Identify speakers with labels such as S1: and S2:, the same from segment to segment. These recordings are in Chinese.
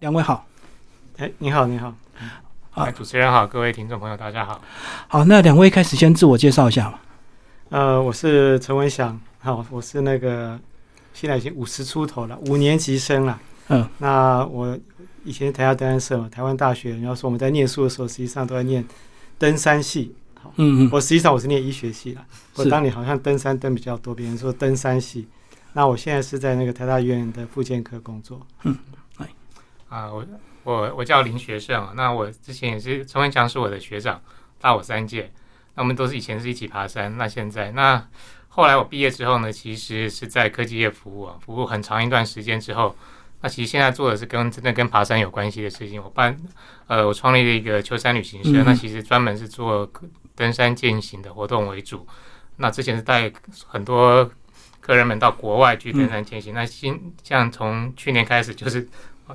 S1: 两位好。
S2: 哎，你好，你好，
S1: 好
S3: 哎，主持人好，各位听众朋友，大家好。
S1: 好，那两位开始先自我介绍一下吧。
S2: 呃，我是陈文祥，好，我是那个现在已经五十出头了，五年级生了。
S1: 嗯，
S2: 那我以前是台大登山社嘛，台湾大学，然后说我们在念书的时候，实际上都在念登山系。
S1: 嗯嗯
S2: 我实际上我是念医学系啦，我
S1: 是
S2: 当年好像登山登比较多，别人说登山系。那我现在是在那个台大医院的复健科工作。
S3: 啊、我我我叫林学胜啊，那我之前也是陈文强是我的学长，大我三届，那我们都是以前是一起爬山，那现在那后来我毕业之后呢，其实是在科技业服务啊，服务很长一段时间之后，那其实现在做的是跟真的跟爬山有关系的事情，我办呃我创立了一个秋山旅行社，
S1: 嗯
S3: 那其实专门是做登山践行的活动为主，那之前是带很多。客人们到国外去登山践行，那新像从去年开始就是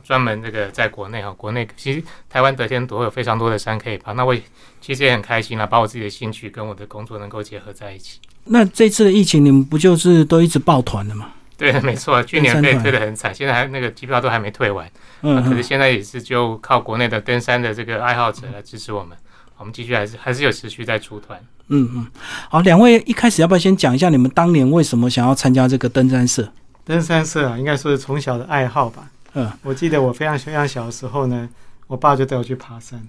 S3: 专门这个在国内哈，国内其实台湾得天独厚有非常多的山可以爬，那我也其实也很开心啦，把我自己的兴趣跟我的工作能够结合在一起。
S1: 那这次的疫情，你们不就是都一直抱团了吗？
S3: 对，没错，去年
S1: 登山
S3: 被
S1: 团
S3: 退得很惨，现在还那个机票都还没退完，那
S1: 嗯，
S3: 可是
S1: 嗯
S3: 现在也是就靠国内的登山的这个爱好者来支持我们，我们继续还是还是有持续在出团。
S1: 嗯嗯。好，两位一开始要不要先讲一下你们当年为什么想要参加这个登山社？
S2: 登山社啊，应该说是从小的爱好吧。
S1: 嗯，
S2: 我记得我非常非常小的时候呢，我爸就带我去爬山。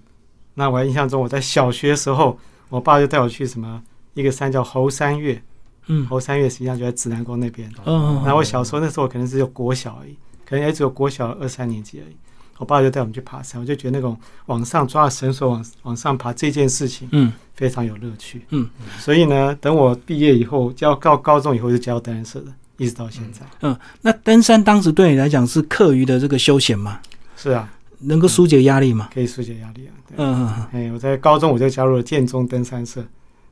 S2: 那我还印象中，我在小学时候，我爸就带我去什么一个山叫猴山岳，
S1: 嗯
S2: 猴山岳实际上就在指南宫那边。
S1: 嗯
S2: 那
S1: 嗯
S2: 我小时候那时候我可能只有国小而已，可能也只有国小二三年级而已。我爸就带我们去爬山，我就觉得那种往上抓绳索往往上爬这件事情
S1: 嗯
S2: 非常有乐趣。
S1: 嗯，
S2: 所以呢，等我毕业以后，教到高中以后就教登山社的，一直到现在。
S1: 嗯。那登山当时对你来讲是课余的这个休闲吗？
S2: 是啊，
S1: 能够疏解压力吗？
S2: 可以疏解压力啊。对，
S1: 嗯嗯嗯。
S2: 哎、我在高中我就加入了建中登山社，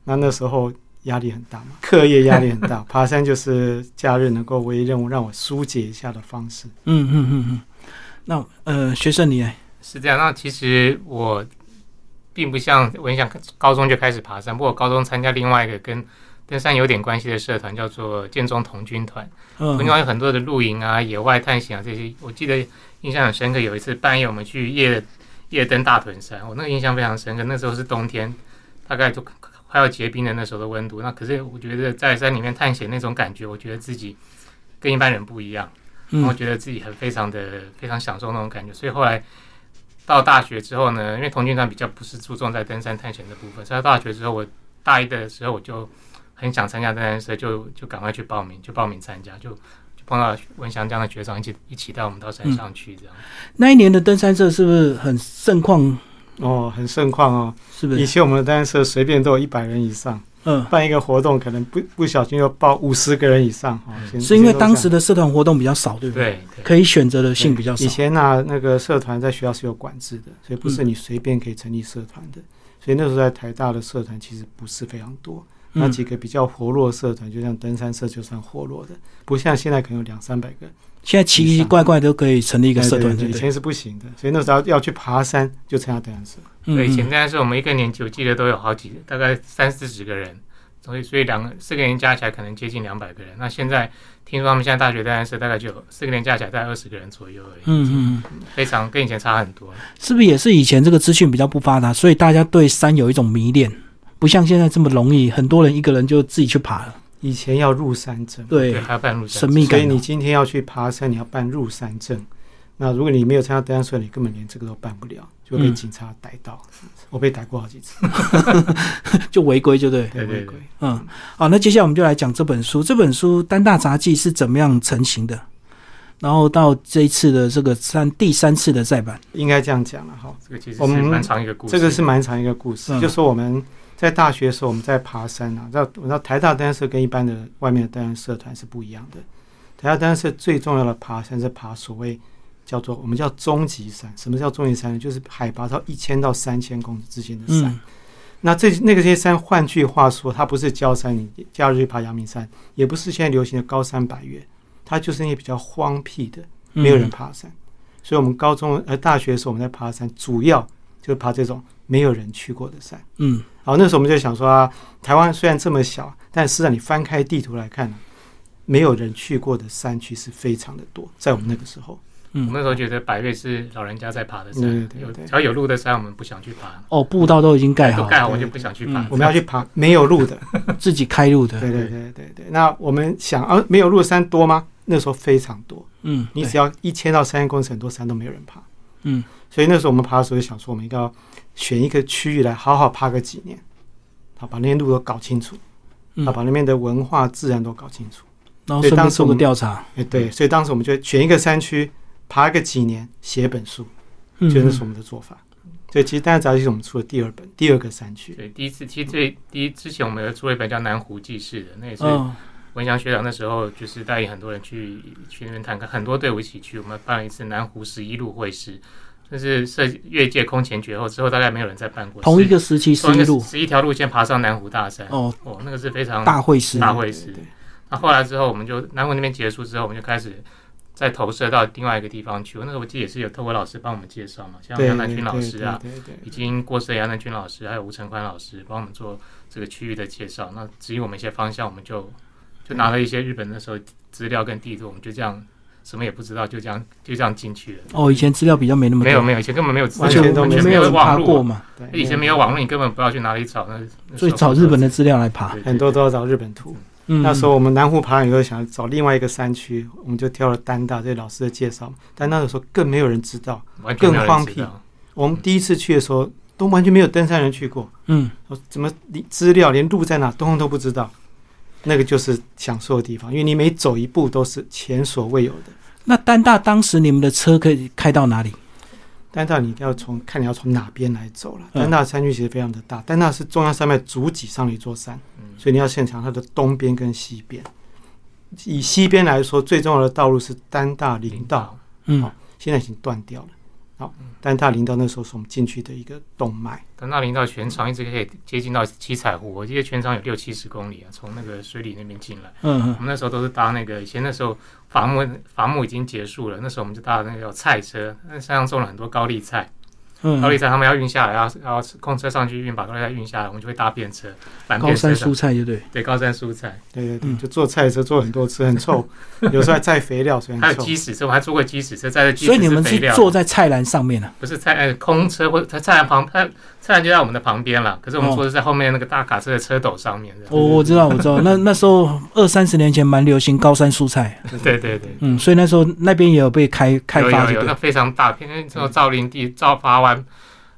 S2: 那那时候压力很大嘛，课业压力很大， 爬山就是假日能够唯一任务让我疏解一下的方式。
S1: 嗯嗯嗯嗯。那呃，学生你呢
S3: 是这样，那其实我并不像我很想高中就开始爬山，不过我高中参加另外一个跟登山有点关系的社团，叫做建中童军团。
S1: 嗯
S3: 另外有很多的露营啊、野外探险啊这些，我记得印象很深刻。有一次半夜我们去夜夜登大屯山，我那个印象非常深刻。那时候是冬天，大概都快要结冰的那时候的温度。那可是我觉得在山里面探险那种感觉，我觉得自己跟一般人不一样，然后
S1: 嗯
S3: 觉得自己很非常的非常享受那种感觉。所以后来到大学之后呢，因为童军团比较不是注重在登山探险的部分，所以到大学之后我大一的时候我就很想参加登山社，就就赶快去报名，就报名参加，就就碰到文祥这样的学长一起一起带我们到山上去，这样。
S1: 那一年的登山社是不是很盛况？
S2: 哦，很盛况哦！
S1: 是不
S2: 以
S1: 是？
S2: 前我们的登山社随便都有一百人以上，
S1: 嗯，
S2: 办一个活动可能不不小心就报五十个人以上哦。先
S1: 嗯是因为
S2: 先都这样
S1: 当时的社团活动比较少，对不对？
S3: 对对
S1: 可以选择的性比较
S2: 以
S1: 少。
S2: 前呢、啊那个社团在学校是有管制的，所以不是
S1: 嗯
S2: 你随便可以成立社团的。所以那时候在台大的社团其实不是非常多，那
S1: 嗯
S2: 几个比较活络的社团，就像登山社就算活络的，不像现在可能有两三百个
S1: 现在奇奇怪怪都可以成立一
S2: 一
S1: 个社团，
S2: 对
S1: 对
S2: 以
S1: 不对？
S2: 前是不行的。所以那时候要去爬山就参加登山社，
S3: 对，以前
S1: 嗯
S3: 那时候我们一个年级，我记得都有好几，大概三四十个人，所以所以两个四个人加起来可能接近两百个人。那现在听说他们现在大学登山社大概就有四个人加起来大概二十个人左右而已，
S1: 嗯嗯，
S3: 非常跟以前差很多。
S1: 嗯是不是也是以前这个资讯比较不发达，所以大家对山有一种迷恋，不像现在这么容易，很多人一个人就自己去爬了。
S2: 以前要入山证，
S3: 对，
S1: 对，
S3: 还有半路
S1: 神秘
S2: 所
S1: 感
S2: 以你
S1: 哦。
S2: 今天要去爬山，你要办入山证。那如果你没有参加登山社，你根本连这个都办不了，就被
S1: 嗯
S2: 警察逮到。我被逮过好几次，
S1: 就违规，就 对。
S3: 对对
S2: 违规
S3: 对
S1: 嗯，好，那接下来我们就来讲这本书。这本书《单大杂技》是怎么样成型的？然后到这一次的这个三第三次的再版，
S2: 应该这样讲了哈。
S3: 这个其实
S2: 我
S3: 是
S2: 们
S3: 蛮长一个故事，
S2: 这个是蛮长一个故事，
S1: 嗯
S2: 就说我们在大学的时候，我们在爬山啊，那我知道台大登山社跟一般的外面的登山社团是不一样的。台大登山社最重要的爬山是爬所谓叫做我们叫终极山。什么叫终极山呢？就是海拔到一千到三千公尺之间的山。
S1: 嗯
S2: 那这那个些山，换句话说，它不是焦山，你假日去爬阳明山，也不是现在流行的高山百岳，它就是那些比较荒僻的，
S1: 嗯
S2: 没有人爬山。所以，我们高中呃大学的时候，我们在爬山，主要就是爬这种没有人去过的山。
S1: 嗯
S2: 好，那时候我们就想说啊，台湾虽然这么小，但事实上你翻开地图来看、啊，没有人去过的山区是非常的多，在我们那个时候。
S3: 我
S1: 嗯
S3: 们，那时候觉得百越是老人家在爬的山
S2: 对对，对
S3: 有
S2: 对
S3: 只要有路的山，我们不想去爬，
S1: 哦，步道都已经盖
S3: 都
S1: 好，
S3: 盖
S1: 了，
S3: 好我
S2: 对
S3: 就
S2: 对
S3: 不想去
S1: 嗯
S3: 爬。
S2: 我们要去爬 没有路的。
S1: 自己开路的，
S2: 对对对对对。那我们想啊，没有路的山多吗？那时候非常多，
S1: 嗯，
S2: 你
S1: 对
S2: 只要一千到三千公尺，很多山都没有人爬。
S1: 嗯，
S2: 所以那时候我们爬的时候就想说，我们应该要选一个区域来好好爬个几年，好把那些路都搞清楚，
S1: 嗯
S2: 好把那边的文化自然都搞清楚。
S1: 然后
S2: 对
S1: 顺便
S2: 当时
S1: 做
S2: 我
S1: 个
S2: 们
S1: 调查，
S2: 哎，
S3: 嗯
S2: 对，所以当时我们就选一个山区爬个几年，写本书，
S1: 嗯，
S2: 就那是我们的做法。所以其实《单杂志》是我们出的第二本，第二个山区。
S3: 对，第一次其实最第一之前我们有出了一本叫《南湖记事》的，那也是
S1: 嗯
S3: 文祥学长那时候就是带领很多人去去那边探看，很多队伍一起去。我们办了一次南湖十一路会师，这是设计越界空前绝后之后，大概没有人再办过。
S1: 同一个时期十一路，
S3: 十一条路线爬上南湖大山，
S1: 哦，
S3: 哦，那个是非常
S1: 大会师，
S3: 大会师
S2: 对。对
S3: 那后来之后，我们就南湖那边结束之后，我们就开始再投射到另外一个地方去。那时候我记得也是有透过老师帮我们介绍嘛，像
S2: 对
S3: 杨南军老师啊，
S2: 对对对对
S3: 已经过世的杨南军老师，还有吴成宽老师帮我们做这个区域的介绍，那指引我们一些方向，我们就就拿了一些日本那时候资料跟地图，我们就这样什么也不知道，就这样就这样进去了。
S1: 哦，以前资料比较没那么多
S3: 没有没有，以前根本没有资
S1: 而
S2: 完
S1: 且
S3: 料，
S2: 全都
S1: 我
S3: 完
S2: 没
S1: 们
S3: 全
S1: 没有
S3: 有
S1: 人爬
S3: 网
S1: 过
S3: 络，
S1: 嘛，
S2: 对
S3: 以前哎没有网络，你根本不知道去哪里找。那那时
S1: 所
S3: 候
S1: 以找日本的啊资料来爬，
S3: 对对
S2: 很多都要找日本图。
S1: 嗯，
S2: 那时候我们南湖爬完以后，想找另外一个山区，我们就挑了丹大，对老师的介绍。但那个时候更没有人知道，
S3: 完全
S2: 更
S3: 没有人
S2: 荒
S3: 知道。
S2: 我们第一次去的时候，都完全没有登山人去过，
S1: 嗯，
S2: 我怎么你资料连路在哪，通通都不知道。那个就是享受的地方，因为你每走一步都是前所未有的。
S1: 那丹大当时你们的车可以开到哪里？
S2: 丹大你要从看你要从哪边来走了。
S1: 嗯
S2: 丹大山区其实非常的大，丹大是中央山脉主脊上的一座山。
S3: 嗯，
S2: 所以你要现场它的东边跟西边。以西边来说，最重要的道路是丹大林道，
S1: 嗯
S2: 好现在已经断掉了。好，
S3: 嗯
S2: 丹大林道那时候是我们进去的一个动脉，
S3: 但那林道全长一直可以接近到七彩湖，我记得全长有六七十公里啊，从那个水里那边进来。
S1: 嗯
S3: 我
S1: 嗯，
S3: 们那时候都是搭那个，以前那时候伐木伐木已经结束了，那时候我们就搭那个叫菜车，那山上种了很多高丽菜，
S1: 嗯，
S3: 高丽菜他们要运下来，要要空车上去运，把高丽菜运下来，我们就会搭便车，蓝
S1: 高
S3: 便车
S1: 山
S3: 上
S1: 蔬菜就对，
S3: 对高山蔬菜，
S2: 对对对，
S1: 嗯
S2: 就做菜车做很多次，很 臭，有时候还载肥料，所以
S3: 还
S2: 很
S3: 有
S2: 臭。
S3: 鸡屎车，我还坐过鸡屎车，载着鸡
S1: 所以你
S3: 屎
S1: 们
S3: 肥
S1: 是
S3: 料，
S1: 坐在菜篮上面啊，
S3: 不是菜呃空车或菜菜篮旁，菜菜篮就在我们的旁边了，可是我们
S1: 哦
S3: 坐的是在后面那个大卡车的车斗上面的，
S1: 我我知道我知道，那那时候二三十年前蛮流行高山蔬菜，
S3: 对对对。
S1: 嗯，所以那时候那边也有被开开
S3: 有
S1: 发
S3: 有
S1: 就
S3: 有，那
S1: 对，
S3: 非常大片，因为之后造林地造伐完，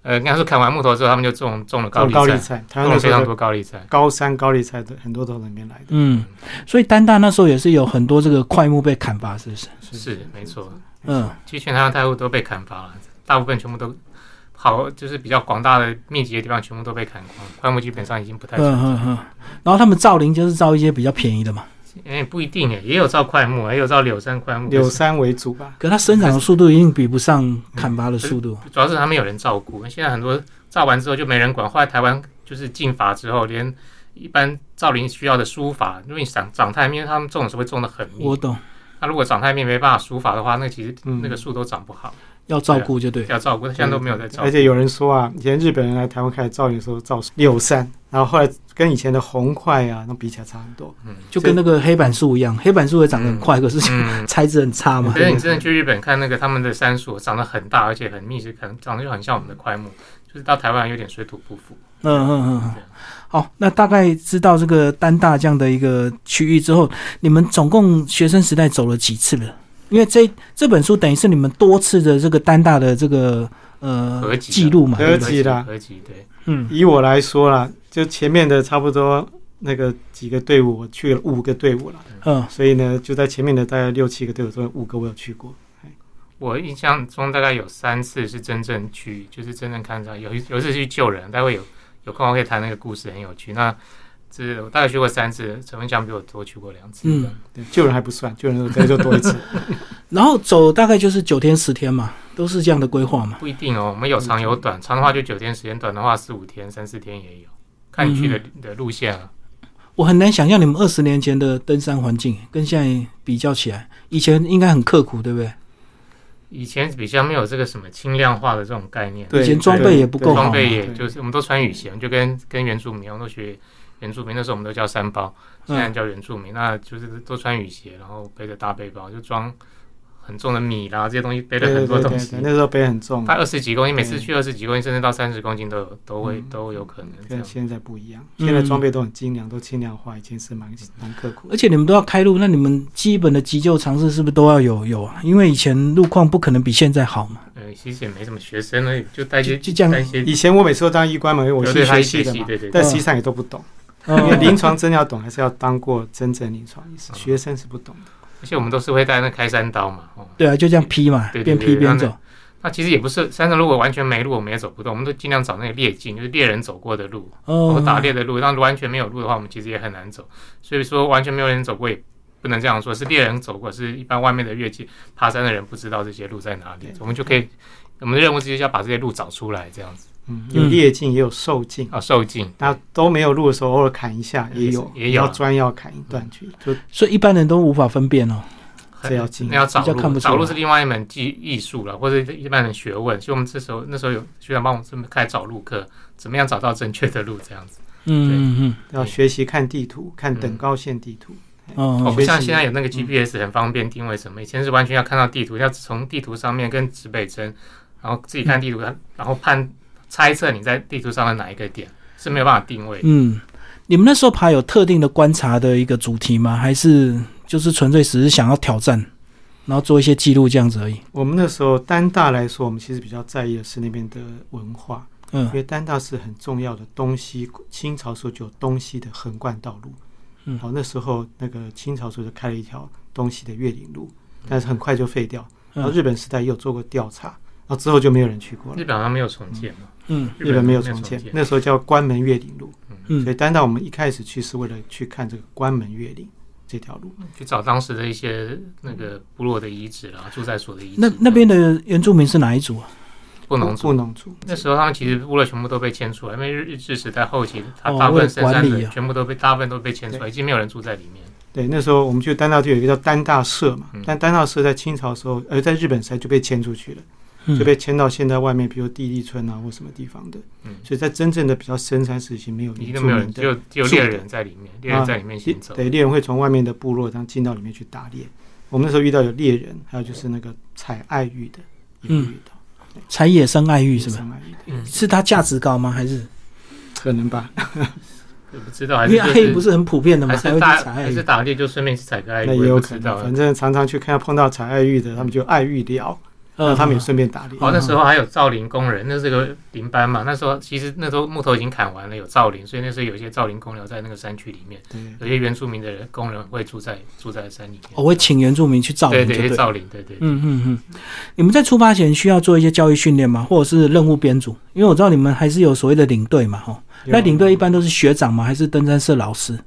S3: 呃，应该说砍完木头之后，他们就种种了高
S2: 种
S3: 丽
S2: 高丽
S3: 菜，
S2: 菜，台湾
S3: 种了
S2: 那
S3: 非
S2: 时
S3: 常
S2: 候的
S3: 多高丽菜。
S2: 高山高丽菜的很多都从那边来的。
S1: 嗯，所以丹大那时候也是有很多这个块木被砍伐，是不是？
S3: 是没错，
S1: 嗯，
S3: 其实全台湾大陆都被砍伐了，大部分全部都好，就是比较广大的密集的地方全部都被砍光，灌木基本上已经不太
S1: 嗯
S3: 存
S1: 嗯嗯，然后他们造林就是造一些比较便宜的嘛，
S3: 在，哎，不一定哎，也有造块木，也有造柳杉块木，
S2: 柳山为主吧，
S1: 可它生长的速度一定比不上砍伐的速度，
S3: 主要是他们有人照顾，现在很多造完之后就没人管。后来台湾就是禁伐之后，连一般造林需要的疏伐，因为你长长太密，因为他们种的时候会种的很密
S1: 我，懂，
S3: 那如果长太密没办法疏伐的话，那其实
S2: 嗯
S3: 那个树都长不好，
S1: 要照顾就对，
S3: 要照顾，现在都没有在照
S2: 而
S3: 顾。
S2: 且有人说啊，以前日本人来台湾开始造林的时候造柳杉，然后后来跟以前的红块啊，那比起来差很多。
S3: 嗯
S1: 就跟那个黑板树一样，黑板树也长得很快，可是
S3: 嗯，
S1: 材质很差嘛
S3: 可。是你真的去日本看那个他们的杉树，长得很大，而且很密实，可能长得就很像我们的块木，就是到台湾有点水土不服。
S1: 嗯嗯嗯嗯。好，那大概知道这个丹大这样的一个区域之后，你们总共学生时代走了几次了？因为这这本书等于是你们多次的这个丹大的这个
S3: 合
S1: 呃
S3: 集啊
S1: 记录嘛，
S2: 合集啦
S3: 合集对，
S1: 嗯
S2: 以我来说啦，就前面的差不多那个几个队伍，我去了五个队伍了，
S1: 嗯
S2: 所以呢，就在前面的大概六七个队伍中，五个我有去过。
S3: 我印象中大概有三次是真正去，就是真正看到有一有一次去救人，待会有有空我可以谈那个故事，很有趣。那这我大概去过三次，陈文强比我多去过两次。
S1: 嗯，
S2: 对，救人还不算，救人可能就多一次。
S1: 然后走大概就是九天十天嘛，都是这样的规划嘛。
S3: 不一定哦，我们有长
S2: 嗯
S3: 有短，长的话就九天时间，短的话四五天、三四天也有，看你去的
S2: 嗯
S3: 的路线啊。
S1: 我很难想象你们二十年前的登山环境跟现在比较起来，以前应该很刻苦，对不对？
S3: 以前比较没有这个什么轻量化的这种概念，
S2: 对
S1: 以前装备也不够好
S3: 装
S1: 嘛
S3: 备也就是是我们都穿雨鞋，我们就跟跟原住民，我们都学原住民，那时候我们都叫山包，现在
S1: 嗯
S3: 叫原住民，那就是都穿雨鞋，然后背着大背包，就装很很重的米啦，这些东西背
S2: 对
S3: 了
S2: 对
S3: 很多
S2: 对
S3: 东
S2: 对
S3: 西
S2: 对，，那时候背很重，
S3: 他二十几公斤，
S2: 对
S3: 每次去二十几公斤，甚至到三十公斤都有，都会
S2: 嗯
S3: 都有可能这
S2: 跟
S3: 样。
S2: 现在不一样。
S1: 嗯
S2: 现在装备都很精良，都轻量化，以前是蛮蛮刻苦的。
S1: 而且你们都要开路，那你们基本的急救常识是不是都要有有啊？因为以前路况不可能比现在好嘛，
S3: 呃，其实也没什么学生了，就带一
S1: 就
S3: 些
S1: 就这样
S3: 带一些，
S2: 以前我每次都当医官嘛，因为我
S3: 对
S2: 是
S3: 对，他
S2: 学
S3: 一
S2: 系
S3: 些
S2: 的
S3: 戏，
S2: 嘛，
S3: 对对对
S2: 但实际上也都不懂，因为
S1: 呃，
S2: 临床真要懂，还是要当过真正临床医师，
S3: 嗯
S2: 学生是不懂的。
S3: 而且我们都是会带那开山刀嘛，哦，
S1: 对啊，就这样劈嘛，
S3: 对
S1: 边
S3: 对
S1: 劈
S3: 对
S1: 边走。
S3: 那其实也不是山上，如果完全没路，我们也走不动，我们都尽量找那个猎径，就是猎人走过的路，或
S1: 哦，
S3: 打猎的路。那如果完全没有路的话，我们其实也很难走。所以说，完全没有人走过也不能这样说，是猎人走过，是一般外面的越界爬山的人不知道这些路在哪里
S2: 对，
S3: 我们就可以，我们的任务就是要把这些路找出来，这样子
S2: 嗯，有猎径也有兽径，
S3: 啊，受尽。
S2: 那都没有路的时候，偶尔砍一下也有，
S3: 也有啊
S2: 要专要砍一段去，就
S1: 所以一般人都无法分辨哦。
S2: 这要进
S3: 那要找
S1: 比较看不
S3: 路，
S1: 出来
S3: 找路是另外一门技艺术了，或者一般的学问。所以我们这时候那时候有学长帮我们这么开始找路课，怎么样找到正确的路这样子。
S1: 嗯嗯
S2: 要学习看地图，看等高线地图。
S1: 嗯，哦，
S3: 哦，不
S2: 学习
S3: 像现在有那个
S2: 嗯
S3: GPS 很方便定位什么，以前是完全要看到地图，要从地图上面跟指北针，然后自己看
S2: 嗯
S3: 地图，然后判猜测你在地图上的哪一个点是没有办法定位的。
S1: 嗯，你们那时候爬有特定的观察的一个主题吗？还是就是纯粹只是想要挑战，然后做一些记录这样子而已？
S2: 我们那时候单大来说，我们其实比较在意的是那边的文化，
S1: 嗯
S2: 因为丹大是很重要的东西，清朝时候就有东西的横贯道路。
S1: 嗯
S2: 好，那时候那个清朝时候就开了一条东西的越岭路，但是很快就废掉。然后
S1: 嗯
S2: 日本时代也有做过调查，然后之后就没有人去过了
S3: 日。本好像没有重建嘛，
S1: 嗯
S2: 日本没有重建，那时候叫关门越岭路，所
S1: 嗯
S2: 以丹大我们一开始去是为了去看这个关门越岭这条路。
S3: 去找当时的一些那个部落的遗址啦，住在所的遗址。啊
S1: 那那边的原住民是哪一组啊？
S3: 不能
S2: 布
S3: 住。
S2: 农族，
S3: 那时候他们其实部落全部都被迁出来，因为日日治时代后期，他
S1: 哦
S3: 大部
S1: 为了
S3: 分深山
S1: 管
S3: 的
S1: 理啊
S3: 人全部都被大部分都被迁出来，已经没有人住在里面。
S2: 对，那时候我们去丹大就有一个叫丹大社嘛，
S3: 嗯
S2: 但丹大社在清朝时候，呃，在日本时代就被迁出去了，
S1: 嗯
S2: 就被迁到现在外面，比如地利村啊或什么地方的，
S3: 嗯，
S2: 所以在真正的比较深山时期，没有原
S3: 已经都
S2: 住
S3: 没有
S2: 民
S3: 人，只
S2: 的，
S3: 有只有
S2: 住
S3: 猎
S2: 的啊
S3: 人在里面，猎人在里面行走。
S2: 对，猎人会从外面的部落这样进到里面去打猎。我们那时候遇到有猎人，还有就是那个采爱玉的，也会遇到，
S1: 采野生爱嗯玉是吧？
S2: 上爱玉的，
S3: 嗯，
S1: 是它价值高吗？还是
S2: 可能吧，
S3: 我不知道，还
S1: 因
S3: 是
S1: 为
S3: 就
S1: 爱玉不是很普遍的吗？
S3: 还
S1: 还会
S3: 是
S1: 去
S3: 打
S1: 采爱
S3: 还是
S1: 玉？
S3: 打猎就顺便去采个爱，
S2: 那
S3: 哎我
S2: 也有
S3: 不
S2: 可
S3: 知道
S2: 能。。
S3: 啊
S2: 反正常常去看到碰到采爱玉的，他们就爱玉聊，
S1: 嗯
S2: 那他们也顺便打猎。
S3: 哦，那时候还有造林工人，那是个林班嘛。那时候其实那时候木头已经砍完了，有造林，所以那时候有一些造林工人在那个山区里面，
S2: 对，
S3: 有些原住民的人工人会住在住在山里面。
S1: 哦我会请原住民去造
S3: 对
S1: 林，就
S3: 对
S1: 对
S3: 对，
S1: 了。
S3: 造林，对对。对
S1: 嗯嗯嗯，你们在出发前需要做一些教育训练吗？或者是任务编组？因为我知道你们还是有所谓的领队嘛，吼。那领队一般都是学长吗？还是登山社老师？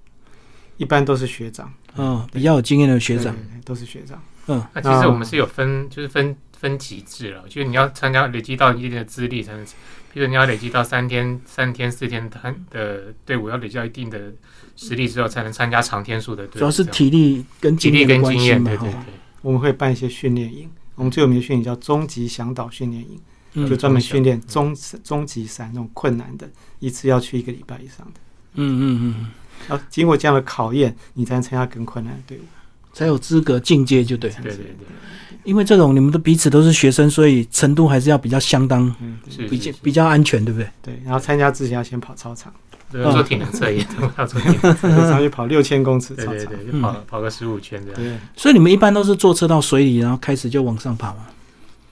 S2: 一般都是学长，
S1: 嗯，比较有经验的学长
S2: 对。对对都是学长。
S3: 那其
S1: 哦
S3: 实我们是有分，就是分分级制了，就是你要参加累积到一定的资历才能，比如说你要累积到三天、三天、四天的的队伍，要累积到一定的实力之后，才能参加长天数的队伍。
S1: 主要是
S3: 这样
S1: 体力跟
S3: 体
S1: 经
S3: 力
S1: 验的
S3: 跟
S1: 关
S3: 经
S1: 系
S3: 验，
S1: 嘛
S3: 对，
S1: 吼
S3: 对对。
S2: 我们会办一些训练营。我们最有名的训练营叫终极向导训练营，就
S1: 嗯
S2: 专门训练终终极山那种困难的，一次要去一个礼拜以上的。
S1: 嗯嗯嗯，
S2: 然后经过这样的考验，你才能参加更困难的队伍。
S1: 才有资格进阶，就对。
S3: 对对对，
S1: 因为这种你们都彼此都是学生，所以程度还是要比较相当，
S2: 嗯，对
S3: 是
S1: 比较
S3: 是是
S1: 比较安全，对不对？
S2: 对。然后参加之前要先跑操 场，
S3: 对做体能测验，都要做体能，
S2: 然后去跑六千公尺
S3: 对
S2: 操
S3: 对
S2: 场。
S3: 对，就跑跑个十五圈这样。
S2: 对，
S1: 所以你们一般都是坐车到水里，然后开始就往上爬嘛。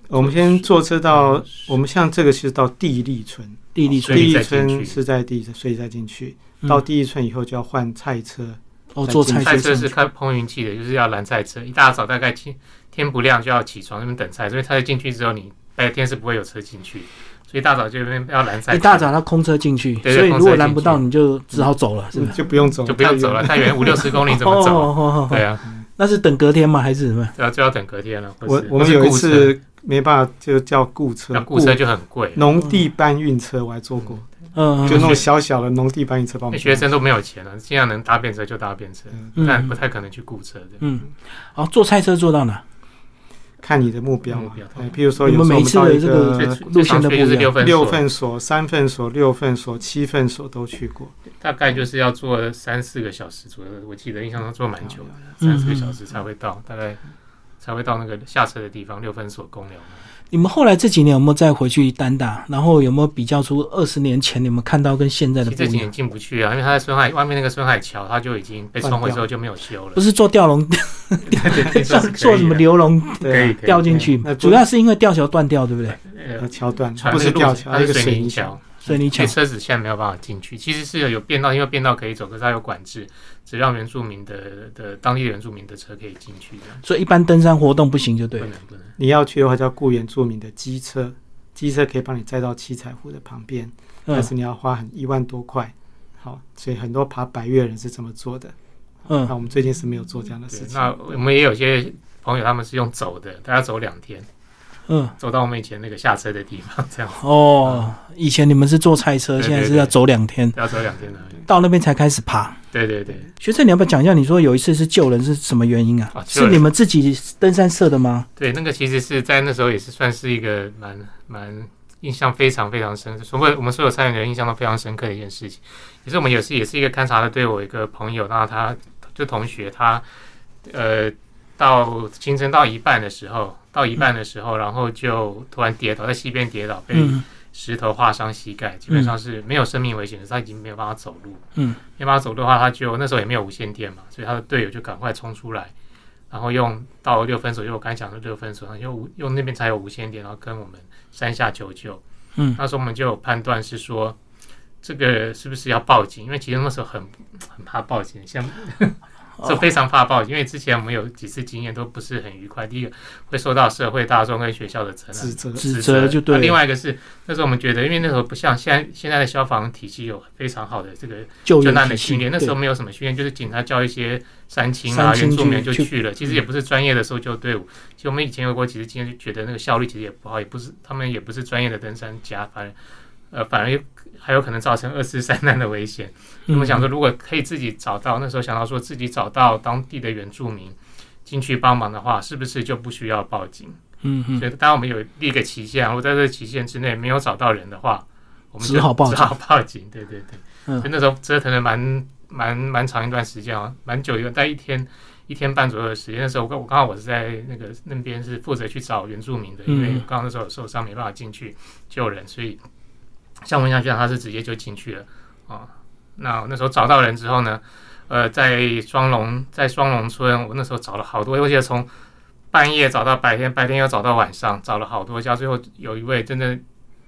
S2: 我们先坐车
S3: 嗯
S2: 到我们像这个是到地利村，
S1: 地理村
S3: 哦所以
S2: 地利
S3: 再进
S2: 村
S3: 去
S2: 是在地，所以再进去。
S1: 嗯
S2: 到地利村以后就要换菜车，
S1: 哦，坐
S2: 再进
S1: 菜
S2: 去
S3: 赛
S1: 车
S3: 车
S1: 上
S3: 是
S1: 去。
S3: 开碰运气的，就是要拦赛车，一大早大概天天不亮就要起床那边等菜，所以赛车进去之后，你白天是不会有车进去，所以一大早就那边要拦赛车。
S1: 一大早他空车进去，
S3: 对对
S1: 所以如
S3: 空
S1: 果
S3: 车
S1: 拦
S3: 进
S1: 不
S3: 去
S1: 到，你就只好走了，是吧？
S2: 就不用走，
S3: 就不用走了，。太远五六十公嗯里怎么
S1: 哦
S3: 走？
S1: 哦哦哦
S3: 对啊，
S1: 那是等隔天吗？还是什么？
S3: 对啊，就要等隔天了。或
S2: 我
S3: 是
S2: 我
S3: 或
S2: 们
S3: 是
S2: 有一
S3: 雇车
S2: 次没办法，就叫雇车
S3: 那，雇车就很贵，
S2: 农地搬运车，我还坐过，
S1: 嗯，
S2: 就那种小小的农地搬运车帮我
S3: 那
S2: 们。
S3: 学生都没有钱了，尽量能搭便车就搭便车，
S2: 嗯，
S3: 但
S1: 嗯
S3: 不太可能去雇车的。
S1: 嗯，好，坐菜车坐到哪？
S2: 看你的目标嘛
S3: 目标。
S2: 哎，譬如说，
S1: 你
S2: 有
S1: 们
S2: 时候
S1: 每
S2: 我
S1: 次
S2: 们
S1: 的
S2: 到
S1: 这
S2: 一
S3: 最
S1: 个
S2: 个
S1: 路线的
S3: 常
S1: 不
S3: 去就是
S1: 一
S3: 六
S1: 样。
S3: 份
S2: 六
S3: 所，
S2: 份所、三份所、六份所、七份所都去过，
S3: 大概就是要坐三四个小时左右，我记得印象中坐蛮久
S2: 有
S3: 的，
S2: 有
S1: 嗯
S2: 有
S3: 三四个小时才会到，大概才会到那个下车的地方六分所公寮嘛。
S1: 你们后来这几年有没有再回去单打？然后有没有比较出二十年前你们看到跟现在的
S3: 其实
S1: 不
S3: 这
S1: 一
S3: 几
S1: 样
S3: 年？进不去啊，因为它在孙海外面那个孙海桥，它就已经被冲毁之后就没有修 了
S1: 不。是做吊笼，
S3: 对对对，
S1: 做
S3: 这 是可以
S1: 做什么
S3: 的
S1: 流笼
S3: 可以
S2: 对啊
S3: 可以
S1: 掉进去
S2: 对？那不
S1: 主要是因为吊桥断掉，对不对？
S3: 呃
S2: 呃，桥段
S3: 船
S2: 不是
S3: 路
S2: 吊桥，
S3: 它
S2: 一
S3: 是
S2: 个
S3: 水
S2: 水
S3: 泥
S2: 泥
S3: 桥
S2: 桥。，
S1: 所以你
S3: 所
S1: 讲
S3: 以车子现在没有办法进去。其实是有变道，因为变道可以走，可是它有管制，只让原住民的的当地原住民的车可以进去这样
S1: 所以一般登山活动不行就对
S3: 不
S1: 了。
S3: 能不能。
S2: 你要去的话，就要雇原住民的机车，机车可以帮你载到七彩湖的旁边，但
S1: 嗯
S2: 是你要花很一万多块。好，所以很多爬百越人是这么做的。那
S1: 嗯，
S2: 我们最近是没有做这样的
S3: 对
S2: 事，情。
S3: 那我们也有些朋友他们是用走的，大家走两天，
S1: 嗯，
S3: 走到我们以前那个下车的地方，这样
S1: 哦，以前你们是坐菜车，
S3: 对对
S1: 现在是要走两天，
S3: 要走两天而已。
S1: 到那边才开始爬。
S3: 对对对，
S1: 学生，你要不要讲一下？你说有一次是救人是什么原因啊？
S3: 啊救
S1: 是
S3: 人
S1: 你们自己登山社的吗？
S3: 对，那个其实是在那时候也是算是一个蛮蛮印象非常非常深，所有我们所有参与的人印象都非常深刻的一件事情。也是我们也是也是一个勘察的队伍，一个朋友，那他就同学他呃到行程到一半的时候，到一半的时候，然后就突然跌倒，在溪边跌倒，被
S1: 嗯
S3: 石头划伤膝盖，基本上是没有生命危险，可是他已经没有办法走路。
S1: 嗯，
S3: 没办法走路的话，他就那时候也没有无线电嘛，所以他的队友就赶快冲出来，然后用到六分所，就我刚才讲的六分所，然后用无用那边才有无线电，然后跟我们山下求救。
S1: 嗯
S3: 那时候我们就有判断是说，这个是不是要报警？因为其实那时候很很怕报警，像
S1: 嗯
S3: 就非常怕报警，因为之前我们有几次经验都不是很愉快。第一个会受到社会大众跟学校的责难
S2: 指责
S1: 指责就对
S3: 那另外一个是那时候我们觉得，因为那时候不像现在现在的消防体系有非常好的这个
S1: 救
S3: 救
S1: 援
S3: 难的
S1: 体系
S3: 训练，那时候
S1: 对
S3: 没有什么训练，就是警察叫一些山青
S1: 山
S3: 啊、
S1: 青
S3: 原住民
S1: 去
S3: 就
S1: 去嗯
S3: 去了，其实也不是专业的搜救队伍。其实我们以前有过几次经验，就觉得那个效率其实也不好，也不是他们也不是专业的登山家，反而呃反而还有可能造成二次三难的危险。
S1: 嗯
S3: 我们想说，如果可以自己找到，那时候想到说自己找到当地的原住民进去帮忙的话，是不是就不需要报警？
S1: 嗯嗯
S3: 所以当然我们有立一个期限，如果在这个期限之内没有找到人的话，我们就
S1: 只好报警
S3: 只好报警。对对对，
S1: 嗯
S3: 所以那时候折腾了蛮蛮蛮长一段时间啊，蛮久一段，大概一天一天半左右的时间。那时候我刚我刚好我是在那个那边是负责去找原住民的，因为
S1: 嗯
S3: 我刚好那时候有受伤没办法进去救人，所以像文祥学长他是直接就进去了啊。那那时候找到人之后呢，呃，在双龙在双龙村，我那时候找了好多，我记得从半夜找到白天，白天又找到晚上，找了好多家，最后有一位真的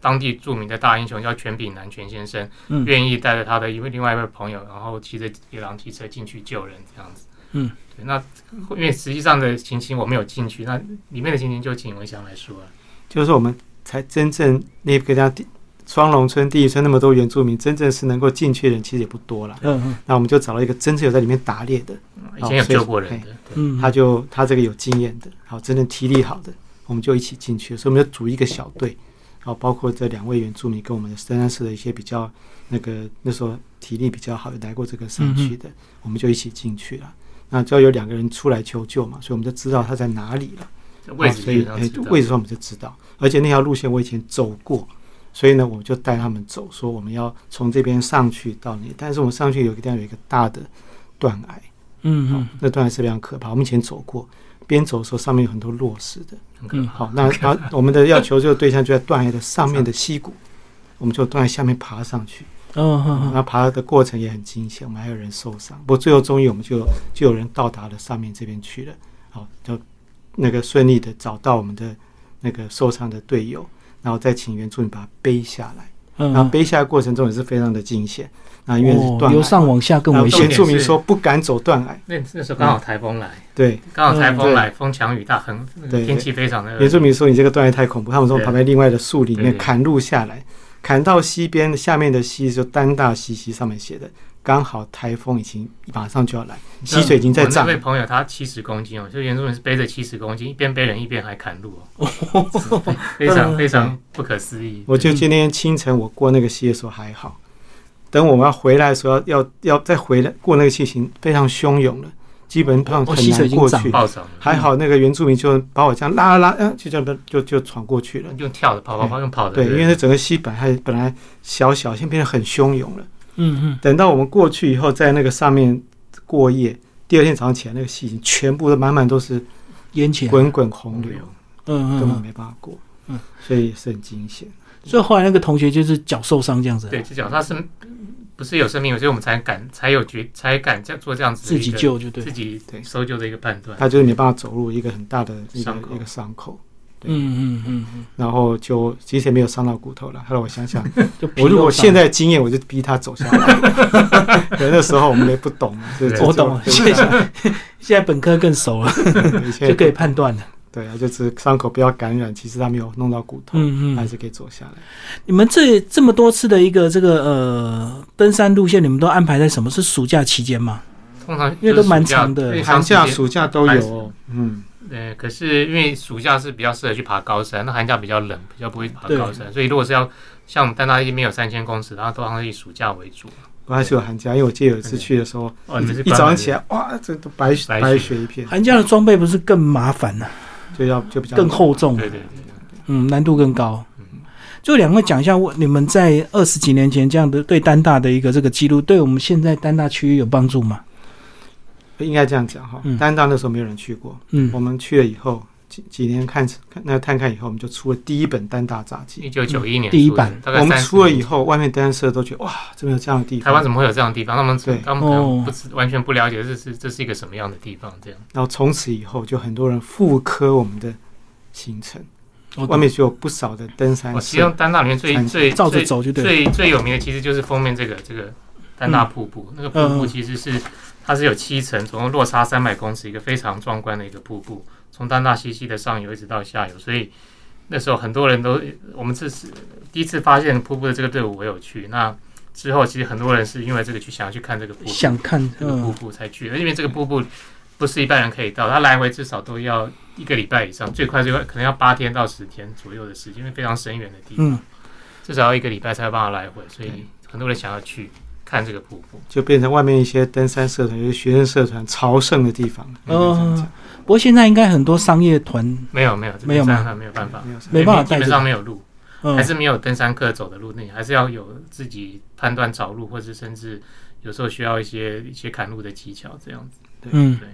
S3: 当地著名的大英雄叫全炳南全先生，
S1: 嗯
S3: 愿意带着他的一位另外一位朋友，然后骑着野狼汽车进去救人，这样子。
S1: 嗯，
S3: 对。那因为实际上的情形我没有进去，那里面的情形就请文祥来说啊了。
S2: 就是我们才真正那个叫地双龙村、地狱村那么多原住民，真正是能够进去的人其实也不多了。
S1: 嗯嗯
S2: 那我们就找了一个真正有在里面打猎的，
S3: 以前有
S2: 哦所以
S3: 救过人的，对。
S1: 嗯，
S2: 他就他这个有经验的，好，真正体力好的，我们就一起进去，所以我们就组一个小队，然后包括这两位原住民跟我们的登山社的一些比较那个那时候体力比较好，有来过这个山区
S3: 嗯
S2: 的，我们就一起进去了。那只要有两个人出来求救嘛，所以我们就知道他在哪里了。
S3: 位置
S2: 所
S3: 基
S2: 以
S3: 本上
S2: 哎
S3: 知道
S2: 位置上我们就知道，而且那条路线我以前走过，所以呢，我就带他们走，说我们要从这边上去到那里，但是我们上去有一个地方有一个大的断崖，好
S1: 嗯
S2: 那断崖是非常可怕，我们以前走过，边走的时候上面有很多落石的，
S3: 很可怕。
S2: 好，那那我们的要求救对象就在断崖的上面的溪谷，我们就断崖下面爬上去，
S1: 嗯嗯
S2: 那爬的过程也很惊险，我们还有人受伤。不过最后终于我们就就有人到达了上面这边去了，好，就那个顺利的找到我们的那个受伤的队友，然后再请原住民把他背下来。
S1: 嗯，
S2: 然后背下来的过程中也是非常的惊险，那因为是断
S1: 由
S2: 崖
S1: 上
S2: 嘛，
S1: 往下更
S2: 然后
S1: 危险
S2: 原。住民说不敢走断崖，
S3: 那那时候刚好台风来，
S2: 嗯对，
S3: 刚好台风
S2: 嗯
S3: 来，风强雨大，很那个
S2: 对
S3: 天气非常的恶劣
S2: 原住民说你这个断崖太恐怖，他们从
S3: 对
S2: 旁边另外的树里
S3: 对
S2: 面
S3: 对
S2: 砍路下来，砍到溪边下面的溪就丹大溪溪上面写的，刚好台风已经马上就要来，溪水已经在
S3: 我那
S2: 涨
S3: 位。朋友他七十公斤哦，就原住民是背着七十公斤，一边背人一边还砍路 哦，非常非常不可思议。
S2: 我就今天清晨我过那个溪的时候还好，等我们要回来的时候要要要再回来过那个溪已经非常汹涌了，基本上
S1: 哦
S2: 很
S1: 溪水已
S2: 难
S1: 经
S2: 过
S1: 涨
S2: 去。
S3: 暴涨了，
S2: 还好那个原住民就把我这样拉拉拉，嗯，就这样就就闯过去了。
S3: 用跳的跑跑跑，用跑的。
S2: 对，因为那整个溪本来本来小小，现在变得很汹涌了。
S1: 嗯
S2: 等到我们过去以后，在那个上面过夜，第二天早上起来，那个溪已经全部都满满都是
S1: 淹起来，
S2: 滚滚洪流，
S1: 嗯
S2: 根
S1: 嗯
S2: 本
S1: 嗯，
S2: 没办法过，
S1: 嗯，
S2: 所以也是很惊险。
S1: 所以后来那个同学就是脚受伤这样子，
S3: 对，至少他是不是有生命，所以我们才敢才有决才敢这样做这样子的
S1: 自
S3: 一
S1: 己
S3: 个
S1: 救就对
S3: 自，己
S2: 对
S3: 搜救的一个判断。
S2: 他就是没办法走路，一个很大的一个
S3: 伤口
S2: 一个伤口，对
S1: 嗯嗯嗯嗯，
S2: 然后就其实也没有伤到骨头了。后来我想想，
S1: 就皮
S2: 我如
S1: 肉
S2: 果
S1: 伤
S2: 现在经验，我就逼他走下来。 可能那时候我们也不懂嘛，所以
S3: 对
S2: 就
S1: 我懂了，
S2: 就
S1: 现在现在本科更熟了，
S2: 对一切
S1: 就可以判断了，
S2: 对啊，就是伤口不要感染，其实他没有弄到骨头，
S1: 嗯
S2: 还
S1: 嗯，
S2: 是可以走下来。
S1: 你们这这么多次的一个这个呃登山路线，你们都安排在什么是暑假期间吗？
S3: 通常
S1: 因为
S3: 就
S1: 都
S3: 是
S1: 蛮
S3: 暑假
S1: 长的
S3: 对
S2: 寒
S3: 长时
S2: 假、
S3: 间
S2: 暑假都有哦，嗯，
S3: 呃，可是因为暑假是比较适合去爬高山，那寒假比较冷，比较不会爬
S1: 对
S3: 高山，所以如果是要像我们丹大那边有三千公尺，然后通常是以暑假为主。
S2: 我还是有寒假，因为我记得有一次去的时候，
S3: 哦，你们是
S2: 一早上起
S3: 来，
S2: 来，哇，这都白
S3: 白雪
S2: 白雪一片，
S1: 寒假的装备不是更麻烦了、
S2: 就要就比较
S1: 更厚重了啊
S3: 对对对，
S1: 嗯，难度更高
S3: 嗯。
S1: 就两位讲一下，我你们在二十几年前这样的对丹大的一个这个记录，对我们现在丹大区域有帮助吗？
S2: 应该这样讲哈
S1: 嗯。
S2: 丹大那时候没有人去过，
S1: 嗯
S2: 我们去了以后几几年看看那探看以后，我们就出了第一本丹大杂
S3: 一
S2: 技。
S3: 九九一年
S1: 第一
S3: 出的
S1: 版
S3: 嗯大概
S2: 我们
S3: 30
S2: 出了以
S3: 年
S2: 后，外面登山社都觉得哇，这边有这样的地
S3: 台湾
S2: 方
S3: 怎。么会有这样的地方？他们
S2: 对
S3: 他们可能
S1: 哦
S3: 不知完全不了解这是这是一个什么样的地方，这样
S2: 然后从此以后，就很多人复刻我们的行程。
S1: 我
S2: 外面就有不少的登山
S3: 我其
S2: 社
S3: 中，丹大里面最
S2: 参
S3: 最
S1: 照着
S3: 最
S1: 走就对了。嗯
S3: 最最有名的其实就是封面这个这个丹大瀑布，那个瀑布其实是它是有七层，总共落差三百公尺，一个非常壮观的一个瀑布，从丹大西溪的上游一直到下游，所以那时候很多人都我们这是第一次发现瀑布的这个队伍，我有去。那之后其实很多人是因为这个去想要去看这个瀑布，
S1: 想看，
S3: 这个瀑
S1: 嗯，
S3: 布才去的，因为这个瀑布不是一般人可以到，它来回至少都要一个礼拜以上，最快最快可能要八天到十天左右的时间，因为非常深远的地方，
S1: 嗯
S3: 至少要一个礼拜才有办法来回，
S2: 对
S3: 所以很多人想要去看这个瀑布。
S2: 就变成外面一些登山社团，就是学生社团朝圣的地方。
S1: 哦
S2: 应该这样
S1: 不过现在应该很多商业团，
S3: 没有没有，这个
S1: 没有吗
S3: 山上没有办法
S2: 讲，没有什么
S1: 没办法
S3: 基
S1: 带
S3: 本
S1: 这
S3: 上
S1: 个，
S3: 嗯没有路，还
S1: 嗯
S3: 是没有登山客走的路，那你还是要有自己判断找路，或是甚至有时候需要一些一些砍路的技巧这样子。
S1: 嗯
S3: 对，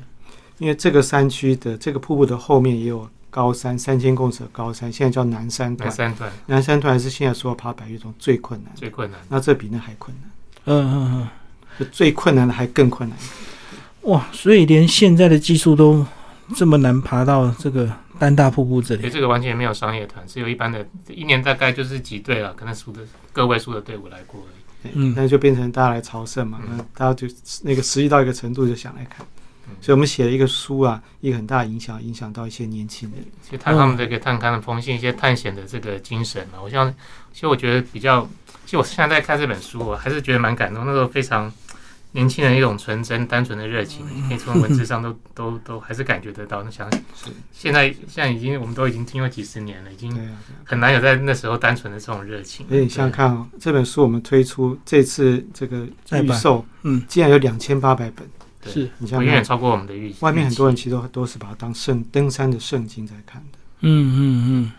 S2: 因为这个山区的这个瀑布的后面也有高山，三千公尺的高山，现在叫南山
S3: 南
S2: 段。
S3: 三段
S2: 南山段是现在所有爬百岳中最困难的，
S3: 最困难，
S2: 那这比那还困难，
S1: 嗯嗯
S2: 就最困难的还更困难。
S1: 嗯，哇，所以连现在的技术都这么难爬到这个丹大瀑布这
S3: 所以
S1: 里，
S3: 这个完全没有商业团，只有一般的，一年大概就是几队了，可能数的个位数的队伍来过而已。
S2: 对
S1: 嗯
S2: 那就变成大家来朝圣嘛，
S3: 嗯
S2: 那大家就那个实际到一个程度就想来看
S3: 嗯，
S2: 所以我们写了一个书啊，一个很大影响，影响到一些年轻人。
S3: 其实探他们这个探勘的风信，一些探险的这个精神啊嘛，我像，其实我觉得比较，其实我现在在看这本书，我还是觉得蛮感动。那时候非常年轻人一种纯真、单纯的热情，
S2: 嗯
S3: 可以从文字上都都都还是感觉得到。那想
S2: 是，
S3: 现在现在已经我们都已经听了几十年了，已
S2: 对
S3: 经
S2: 啊。对啊
S3: 很难有在那时候单纯的这种热情。
S2: 所以你想想看哦，这本书我们推出这次这个
S1: 再
S2: 预
S1: 版
S2: 售，
S1: 嗯，
S2: 竟然有两千八百本，
S3: 对
S1: 是，
S2: 你想
S3: 对，
S2: 想
S3: 远远
S2: 看，
S3: 超过我们的预期。
S2: 外面很多人其实都都是把它当圣登山的圣经在看的。
S1: 嗯嗯嗯，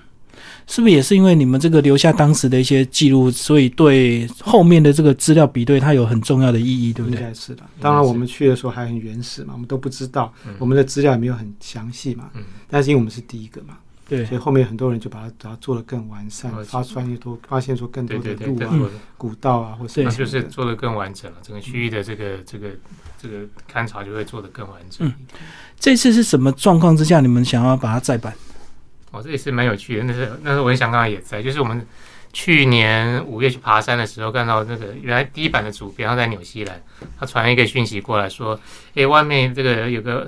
S1: 是不是也是因为你们这个留下当时的一些记录，所以对后面的这个资料比对它有很重要的意义，对不
S2: 应
S1: 对？
S2: 该是的。
S3: 是
S2: 当然，我们去的时候还很原始嘛，我们都不知道，
S3: 嗯
S2: 我们的资料也没有很详细嘛。
S3: 嗯。
S2: 但是因为我们是第一个嘛，
S1: 对
S2: 所以后面很多人就把它把它做得更完善
S3: 哦，
S2: 发现越多发现出更
S3: 对
S2: 多
S3: 对
S2: 的
S3: 对，
S2: 路
S3: 更
S2: 啊、
S3: 多的
S2: 古道啊，或
S1: 对
S2: 者
S3: 那就是做的更完整了，整个区域的这个这个这个勘察就会做的更完整。
S1: 嗯这次是什么状况之下，你们想要把它再版？
S3: 哦，这也是蛮有趣的。那是那是我很想刚刚也在，就是我们去年五月去爬山的时候，看到那个原来第一版的主编他在纽西兰，他传一个讯息过来说，诶，外面这个有个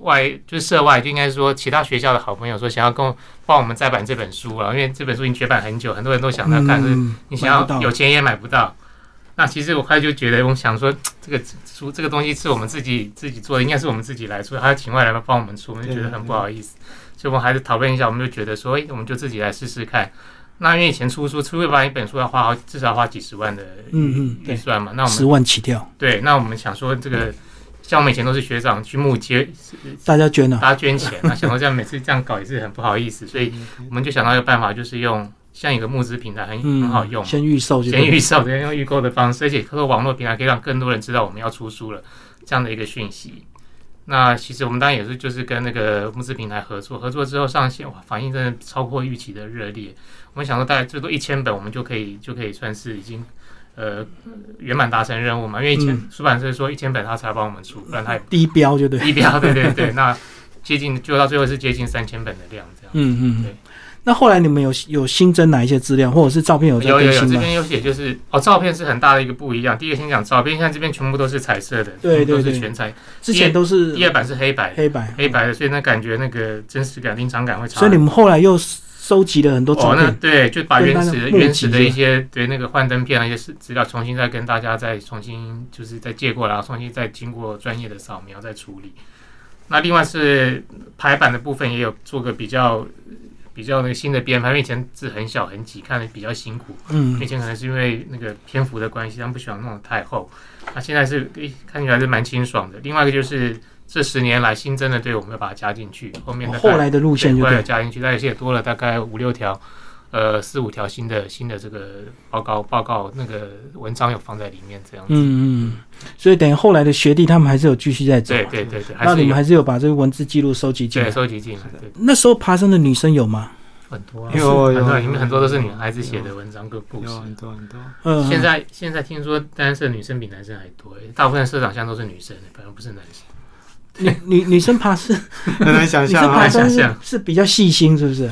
S3: 外就是涉外，就应该说其他学校的好朋友说想要跟我帮我们再版这本书啊了，因为这本书已经绝版很久，很多人都想要看，可是
S1: 嗯，
S3: 你想
S1: 买不
S3: 要
S1: 到
S3: 有钱也买不到。那其实我开始就觉得，我们想说这个出这个东西是我们自己自己做的，应该是我们自己来出，还要请外来帮我们出，我们就觉得很不好意思，所以我们还是讨论一下，我们就觉得说，诶，我们就自己来试试看。那因为以前出书，出一版一本书要花好至少要花几十万的
S1: 嗯嗯
S3: 预
S1: 对
S3: 预算嘛，那我
S1: 十
S3: 们
S1: 万起跳，
S3: 对，那我们想说这个，像我们以前都是学长去募集，
S1: 大家捐了、
S3: 大家捐钱，那想说这样每次这样搞也是很不好意思，所以我们就想到一个办法，就是用像一个募资平台很
S1: 嗯，
S3: 很好用嘛，
S1: 先预售就
S3: 先
S1: 对
S3: 预售，先用预购的方式，而且透过网络平台可以让更多人知道我们要出书了这样的一个讯息。那其实我们当然也是就是跟那个募资平台合作，合作之后上线，哇，反应真的超过预期的热烈。我们想说大概最多一千本，我们就可以就可以算是已经呃圆满达成任务嘛，因为以前
S1: 嗯
S3: 出版社说一千本他才帮我们出，不然他也
S1: 低标就对。
S3: 低标，对对 对，那接近就到最后是接近三千本的量这样。
S1: 嗯嗯
S3: 对
S1: 嗯。那后来你们有有新增哪一些资料，或者是照片有在
S3: 有有
S1: 更
S3: 有，
S1: 新
S3: 这
S1: 吗？
S3: 边有写就是哦，照片是很大的一个不一样。第一个先讲照片，现在这边全部都是彩色的，
S1: 对
S3: 全部
S1: 对
S3: 都是
S1: 对
S3: 全彩。
S1: 之前都是
S3: 第二版是黑白的，
S1: 黑白，
S3: 黑白的，所以那感觉那个真实感、临场感会
S1: 所
S3: 差很多。
S1: 以你们后来又收集了很多照
S3: 哦，那
S1: 片。
S3: 对，就把
S1: 跟
S3: 原
S1: 大家
S3: 始的
S1: 募
S3: 原
S1: 集
S3: 始的
S1: 是
S3: 一
S1: 吧
S3: 些对那个幻灯片那些资资料重新再跟大家再重新就是再借过来，然后重新再经过专业的扫描再处理。那另外是排版的部分也有做个比较比较那个新的编排，因为以前字很小很挤，看的比较辛苦。
S1: 嗯
S3: 以前可能是因为那个篇幅的关系，他们不喜欢弄得太厚。那现在是诶看起来是蛮清爽的。另外一个就是这十年来新增的队伍，我们要把它加进去，后面大概
S1: 后来的路线
S3: 对
S1: 就
S3: 后来有
S1: 对。
S3: 加进去，但是也多了大概五六条，呃，四五条新的新的这个报告报告那个文章有放在里面这样子。
S1: 嗯嗯。所以等于后来的学弟他们还是有继续在走
S3: 对，对对对，还
S1: 那
S3: 是
S1: 你们
S3: 有
S1: 还是有把这个文字记录收集进
S3: 对
S1: 来。
S3: 收集进来，对
S1: 那时候爬山的女生有吗？
S3: 很多啊，
S2: 有有
S3: 很多
S2: 有
S3: 里面很多都是女孩子
S2: 有
S3: 写的文章跟故事
S2: 有。很多很 多。
S1: 嗯，
S3: 现在现在听说单社女生比男生还多、欸，大部分社长现在都是女生、欸，反而不是男生。
S1: 女女女生爬山，
S2: 很难想
S1: 女生
S2: 象啊
S1: 爬
S3: 很难！
S1: 山
S3: 想
S1: 是
S3: 象
S1: 是比较细心，是不是？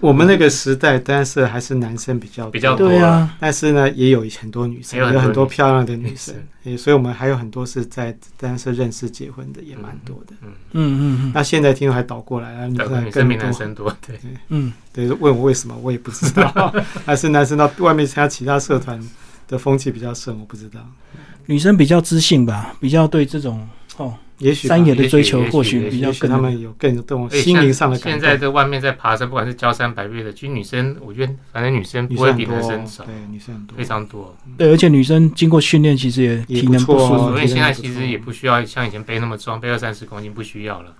S2: 我们那个时代，但是还是男生比较多
S3: 比较多
S1: 对啊，
S2: 但是呢，也有很多女生，
S3: 也有很
S2: 有
S3: 多
S2: 很多漂亮的女生
S3: 女生，
S2: 也所以我们还有很多是在单身认识结婚的，也蛮多的。
S3: 嗯，
S1: 嗯嗯
S2: 那现在听说还倒过来了，女
S3: 对
S2: 生还
S3: 女生比
S2: 更
S3: 男
S2: 多。
S3: 生多，对，
S1: 嗯
S2: 对，问我为什么，我也不知 道。还是男生到外面参加其他社团的风气比较盛，我不知道。
S1: 嗯，女生比较知性吧，比较对这种哦
S2: 也许吧
S1: 山野的追求
S3: 也许
S1: 或
S3: 也
S1: 许
S3: 许
S1: 比较
S2: 也许
S1: 更
S2: 他们有更有这种
S3: 而且
S2: 心灵上的
S3: 现
S2: 感
S3: 现在
S2: 动。
S3: 在外面在爬山，不管是焦山白岳的，其实女生我觉得反正女生
S2: 女
S3: 不会
S2: 生
S3: 比
S2: 很多
S3: 男生
S2: 哦，
S3: 少，
S2: 对，女生很多
S3: 非。常多。
S1: 对，而且女生经过训练，其实也体能
S2: 也不错
S1: 输
S2: 哦
S1: 嘛
S3: 所以
S2: 体
S3: 现
S2: 能也
S3: 在
S2: 不
S3: 其
S2: 错
S3: 实也不需要像以前背那么重，背二三十公斤不需要了。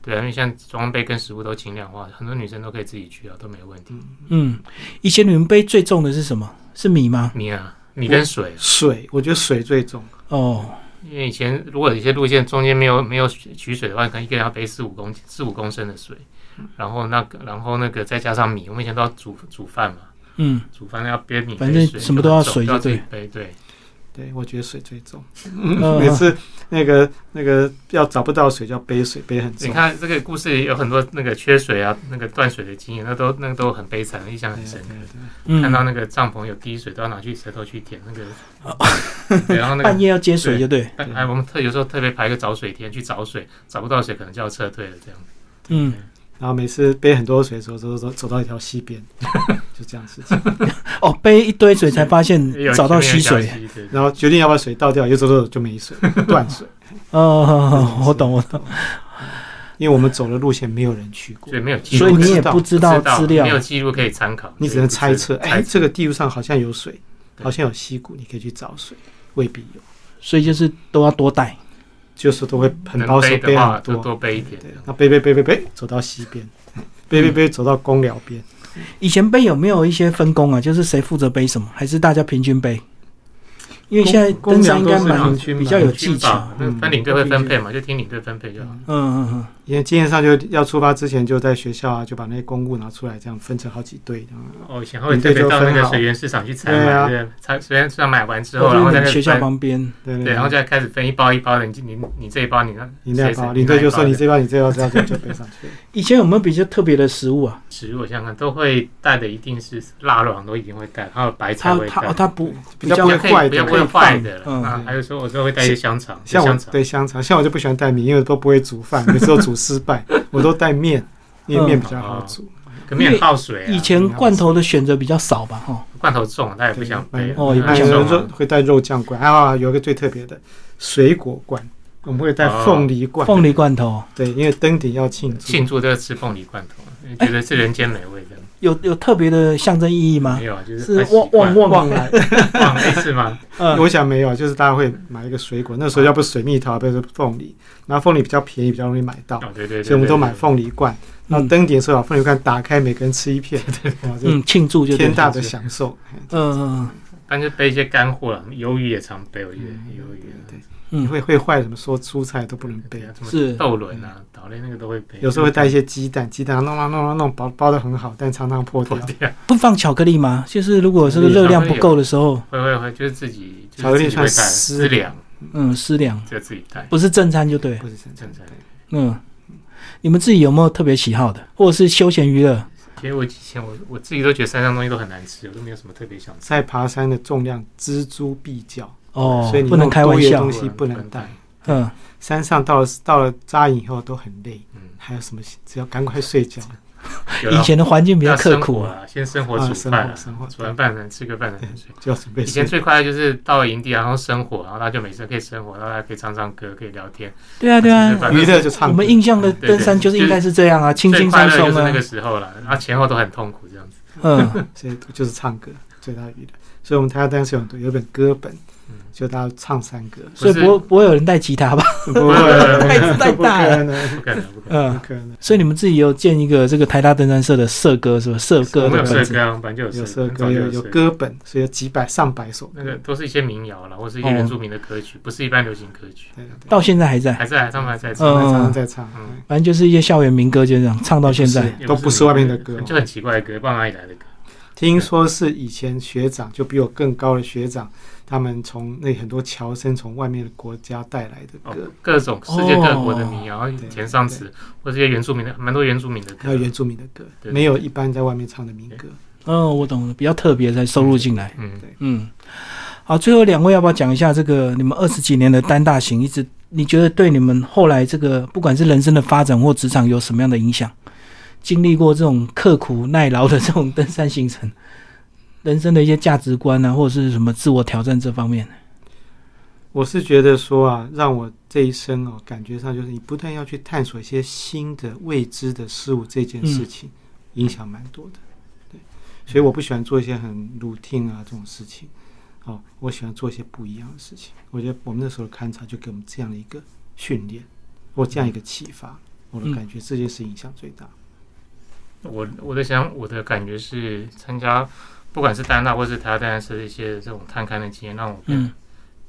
S3: 对啊，因为像装备跟食物都轻量化，很多女生都可以自己去啊，都没有问题。
S1: 嗯，以前你们背最重的是什么？是米吗？
S3: 米啊，米跟水啊，
S2: 水，我觉得水最重。
S1: 哦，
S3: 因为以前如果有些路线中间没有没有取取水的话，可能一个人要背四五公斤四五公升的水，
S2: 嗯
S3: 然后那个然后那个再加上米，我们以前都要煮煮饭嘛，
S1: 嗯，
S3: 煮饭要煸米，
S1: 反正
S3: 煸水
S1: 什么都要水
S3: 就
S1: 就
S3: 很重都要自
S1: 对
S3: 己背对。
S2: 对，我觉得水最重。
S1: 嗯
S2: 每次那个那个要找不到水就要背水，背很
S3: 你
S2: 重。
S3: 看这个故事有很多那个缺水啊，那个断水的经验，那都那个都很悲惨，印象
S2: 对
S3: 很深
S2: 对。对，
S1: 嗯哦
S3: 看到那个帐篷有滴水，都要拿去舌头去舔那个。对，然后那
S1: 半
S3: 个。
S1: 夜要接水就对，
S3: 哎，我们特有时候特别排个找水天去找水，找不到水可能就要撤退了，这样。
S1: 嗯，
S2: 然后每次背很多水的时候，走走走走到一条溪 边，就这样事情。
S1: 哦，背一堆水才发现
S3: 有
S1: 嗯找到溪，
S3: 有一
S1: 水，
S3: 条对
S2: 然后决定要把水倒掉，又走走走就没水，断水。
S1: 哦， 我懂我懂，
S2: 因为我们走的路线没有人去过
S3: 所以，没有记
S1: 所以
S3: 录，
S1: 你也不知道资料
S3: 没，有记录可以参考，
S2: 你只能猜测。
S3: 猜
S2: 哎，
S3: 测
S2: 这个地图上好像有水，
S3: 对
S2: 好像有溪谷，你可以去找水，未必有。
S1: 所以就是都要多带，
S2: 就是都会很
S3: 能
S2: 保守，
S3: 背
S2: 背
S3: 的话
S2: 很
S3: 就
S2: 多。
S3: 多背一点。
S2: 对，那背背背背背，走到溪 边，背背背走到公寮边。
S1: 以前背有没有一些分工啊？就是谁负责背什么，还是大家平均背？因为现在
S2: 公
S1: 登山
S3: 啊
S1: 应该
S2: 公粮
S1: 蛮
S2: 都是平均吧
S1: 比较有技巧，
S3: 那
S2: 嗯
S3: 分领队会分配嘛，就听领队分配就好。
S1: 嗯嗯嗯，
S2: 因为经验上就要出发之前就在学校啊，就把那些公物拿出来，这样分成好几队。然后
S3: 哦，以前会特别到那个水源市场去采
S2: 对啊
S3: 买，对，采水源市场买完之
S1: 或
S3: 后，然后
S1: 者
S3: 再
S1: 是
S3: 开
S1: 学
S3: 始
S1: 校
S3: 分，
S1: 旁边，
S2: 对
S3: 对，然后
S2: 对，
S3: 再开始分一包一包的，你你你这一包你那
S2: 你那包，领队就
S3: 啊
S2: 说你这包你这包这样就就背上 去了。
S1: 以前有没有比较特别的食物啊？
S3: 食物，我想想看都会带的，一定是腊肉都一定会带，还有白菜
S1: 它
S3: 会
S1: 它哦
S3: 带，
S1: 它不
S2: 比较
S1: 比较
S2: 不会
S3: 可以
S2: 坏
S3: 比较
S2: 的，
S3: 不
S2: 可
S3: 会
S2: 以
S3: 坏
S2: 放。
S3: 的
S1: 嗯
S3: 了。啊，还有说我说会带一些香肠，
S2: 像我
S3: 香肠，
S2: 对香肠，像我就不喜欢带米，因为都不会煮饭，每次都煮失 败。我都带面，因为面比较好
S3: 嗯
S2: 煮。
S3: 可面耗水啊，
S1: 以前罐头的选择比较少吧，哈，
S3: 罐头重，他也不
S2: 对
S3: 想背，啊
S1: 哦也不
S2: 还
S3: 太
S1: 想
S2: 有
S3: 重
S2: 人
S1: 背
S2: 说
S3: 了。
S2: 会带肉酱罐啊，有一个最特别的水果罐，我们会带
S3: 哦
S2: 凤梨罐。
S1: 凤梨罐头
S2: 对，因为登顶要庆祝。
S3: 庆祝都要吃凤梨罐头，因
S2: 哎
S3: 为觉得是人间美味的。
S1: 有有特别的象征意义吗
S3: 没？有啊，就是是
S1: 旺旺
S3: 忘
S1: 旺来，
S3: 忘了是吗？
S1: 嗯
S2: 我想没有，就是大家会买一个水果，那
S3: 嗯
S2: 时候要不水蜜桃，要不是凤梨，然后凤梨比较便宜，比较容易买到，
S3: 哦，对对对，
S2: 所以我们都
S3: 对
S2: 买。凤梨罐。然后
S1: 嗯
S2: 登顶的时候把凤梨罐打开，每个人吃一片，哇，这
S1: 嗯，庆祝就对
S2: 天
S1: 了
S2: 大的享受。嘿
S1: 嗯嗯嗯
S3: 但是背一些干货了，鱿鱼也常背，我觉得鱿鱼啊。嗯
S2: 对，
S1: 嗯
S2: 会会坏什么说蔬菜都不能背，啊
S3: 什么
S1: 是
S3: 豆轮啊、岛类那个都会背，
S2: 嗯有时候会带一些鸡蛋，鸡蛋弄啊弄啊弄，包包的很好，但常常破掉
S3: 破。掉，
S1: 不放巧克力吗？就是如果这个热量不够的时候，
S3: 会会会，就是自己就是
S2: 巧克力
S3: 自己会
S2: 算
S3: 带
S2: 湿
S3: 湿粮，
S1: 嗯，适量，
S3: 就自己带。
S1: 不是正餐就对。
S2: 不是正常的。
S1: 嗯，你们自己有没有特别喜好的，或者是休闲娱乐？
S3: 其实我以前我我自己都觉得山上东西都很难吃，我都没有什么特别想吃。
S2: 在爬山的重量锱铢必较，
S1: 哦
S2: 所以，你
S1: 不能开玩
S2: 弄多一些
S1: 笑
S2: 东。
S3: 啊
S2: 西不能带，
S1: 嗯，
S2: 山上到了到了扎营以后都很累，
S3: 嗯，
S2: 还有什么？只要赶快睡觉，
S3: 有了
S1: 以前的环境比较
S3: 要
S1: 刻
S3: 生
S1: 苦
S3: 活
S1: 啊。
S3: 啊，先生活
S2: 啊
S3: 煮
S2: 生
S3: 饭
S2: 活
S3: 啊，
S2: 生活
S3: 煮完饭呢吃个饭呢睡。
S2: 就要准备
S3: 以前
S2: 睡。
S3: 最快就是到了营地，然后生火，然后大家就没事可以生火，然后大家可以唱唱歌，可以聊天。
S1: 对啊，对啊
S3: 就是。反正
S2: 娱乐就唱
S1: 我
S2: 歌，
S1: 们印象的登山就是应该是这样啊，轻
S3: 最
S1: 轻
S3: 快
S1: 松
S3: 乐就
S1: 松
S3: 是那
S1: 啊
S3: 个。时候了，然后前后都很痛苦这样子。
S1: 嗯，
S2: 所以就是唱歌最大的娱乐。所以我们台湾当时有很多有本歌本
S3: 嗯，
S2: 就大家唱山歌，
S1: 所以不会不会有人带吉他吧？
S2: 不会
S1: 太太大了
S2: 不可能，
S3: 不可能，不
S2: 不
S3: 可能。
S1: 嗯，
S2: 可能。
S1: 所以你们自己有建一个这个台大登山社的社歌是吧？社歌
S3: 我
S1: 的
S3: 们有
S1: 本
S3: 社
S1: 子
S3: 歌，。啊，本来就
S2: 有
S3: 有
S2: 社
S3: 很
S2: 歌，
S3: 早就
S2: 有
S3: 有
S2: 有
S3: 社，
S2: 歌本，所以有几百上百首歌。
S3: 那个都是一些民谣啦，或是一些
S2: 哦
S3: 原住民的歌曲，不是一般流行歌曲，
S2: 对对对，
S1: 到现在还在，
S3: 还在他们还在
S1: 嗯
S3: 唱，
S2: 常常在唱，
S3: 嗯
S1: 反正就是一些校园民歌，就这样唱到现在。
S3: 也
S2: 都哦不是外面的歌
S3: 就很奇怪的歌，不知道哪里来的歌。
S2: 听说是以前学长，就比我更高的学长，他们从那很多侨生从外面的国家带来的
S3: 哦
S2: 歌，，哦
S3: 各种世界各国的民谣，
S2: 对
S3: 田上词，或者一些原住民的，蛮多原住民的
S2: 还
S3: 歌
S2: 有。原住民的歌，
S3: 对
S2: 没有一般在外面唱的民歌。
S1: 嗯，我懂了，比较特别才收录进来。
S3: 嗯，
S1: 嗯，好，最后两位要不要讲一下这个你们二十几年的单大行，一直你觉得对你们后来这个不管是人生的发展或职场有什么样的影响？经历过这种刻苦耐劳的这种登山行程，人生的一些价值观啊，或者是什么自我挑战这方面，
S2: 我是觉得说啊，让我这一生哦，感觉上就是你不断要去探索一些新的未知的事物，这件事情、影响蛮多的。对，所以我不喜欢做一些很 routine 啊这种事情。哦，我喜欢做一些不一样的事情。我觉得我们那时候的勘察就给我们这样的一个训练，或这样一个启发。我的
S1: 嗯
S2: 感觉这件事影响最大。
S3: 我我在想，我的感觉是参加，不管是丹大或是台大丹社的一些这种探勘的经验，让我变、
S1: 嗯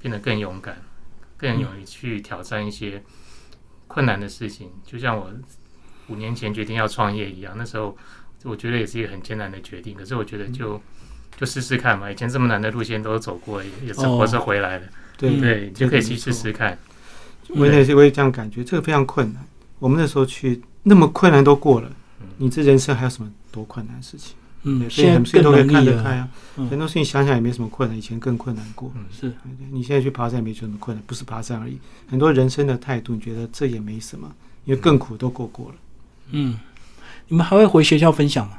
S3: 变得更勇敢，更勇于去挑战一些困难的事情。就像我五年前决定要创业一样，那时候我觉得也是一个很艰难的决定，可是我觉得就、就试试看嘛。以前这么难的路线都走过，也也是
S1: 哦
S3: 活着回来了，
S2: 对
S1: 嗯
S3: 对，就可
S2: 这个
S3: 以去
S2: 没错
S3: 试试看。
S2: 我也是，我也这样感觉，这个非常困难。我们那时候去，那么困难都过了
S3: 嗯，
S2: 你这人生还有什么多困难的事情？
S1: 嗯，
S2: 对，所以很
S1: 现
S2: 多事情
S1: 在
S2: 都可
S1: 更容易
S2: 以看得
S1: 了
S2: 开，啊。
S1: 嗯
S2: 很多事情想想也没什么困难，以前更困难过。
S3: 嗯，
S1: 是
S2: 对不对你现在去爬山也没觉得什么困难，不是爬山而已。很多人生的态度，你觉得这也没什么，因为更苦都过过了。
S1: 嗯，你们还会回学校分享吗？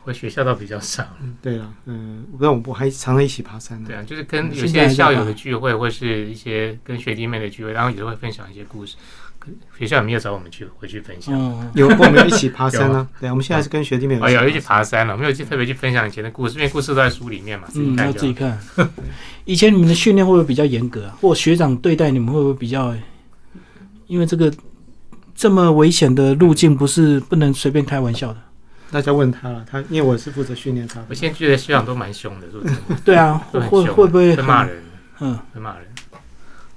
S3: 回学校倒比较少。
S2: 嗯，对了，嗯、呃，但我不还常常一起爬山呢、
S3: 对啊，就是跟有
S1: 嗯现在还
S3: 些
S1: 在
S3: 校友
S1: 吗
S3: 的聚会，或是一些跟学弟妹的聚会，然后也会分享一些故事。可学校也没有找我们去回去分
S2: 啊
S3: 享，
S1: 嗯，
S2: 有跟我们一起爬山呢、对，我们现在是跟学弟妹
S3: 啊哦，有一起
S2: 起爬
S3: 爬山了，没有去特别去分享以前的故事，因为故事都在书里面嘛，自己
S1: 嗯，要
S3: 看
S1: 自己
S3: 就好。
S1: 看。 以前你们的训练会不会比较严格啊？或学长对待你们会不会比较？因为这个这么危险的路径，不是不能随便开玩 笑的。
S2: 山大家问他了，他因为我是负责训练他的
S3: 我，现在觉得学长都蛮凶的，是不是？
S1: 对啊，会
S3: 都很
S1: 会
S3: 凶
S1: 会不会
S3: 会骂
S1: 很？
S3: 人，
S1: 嗯，
S3: 会骂人。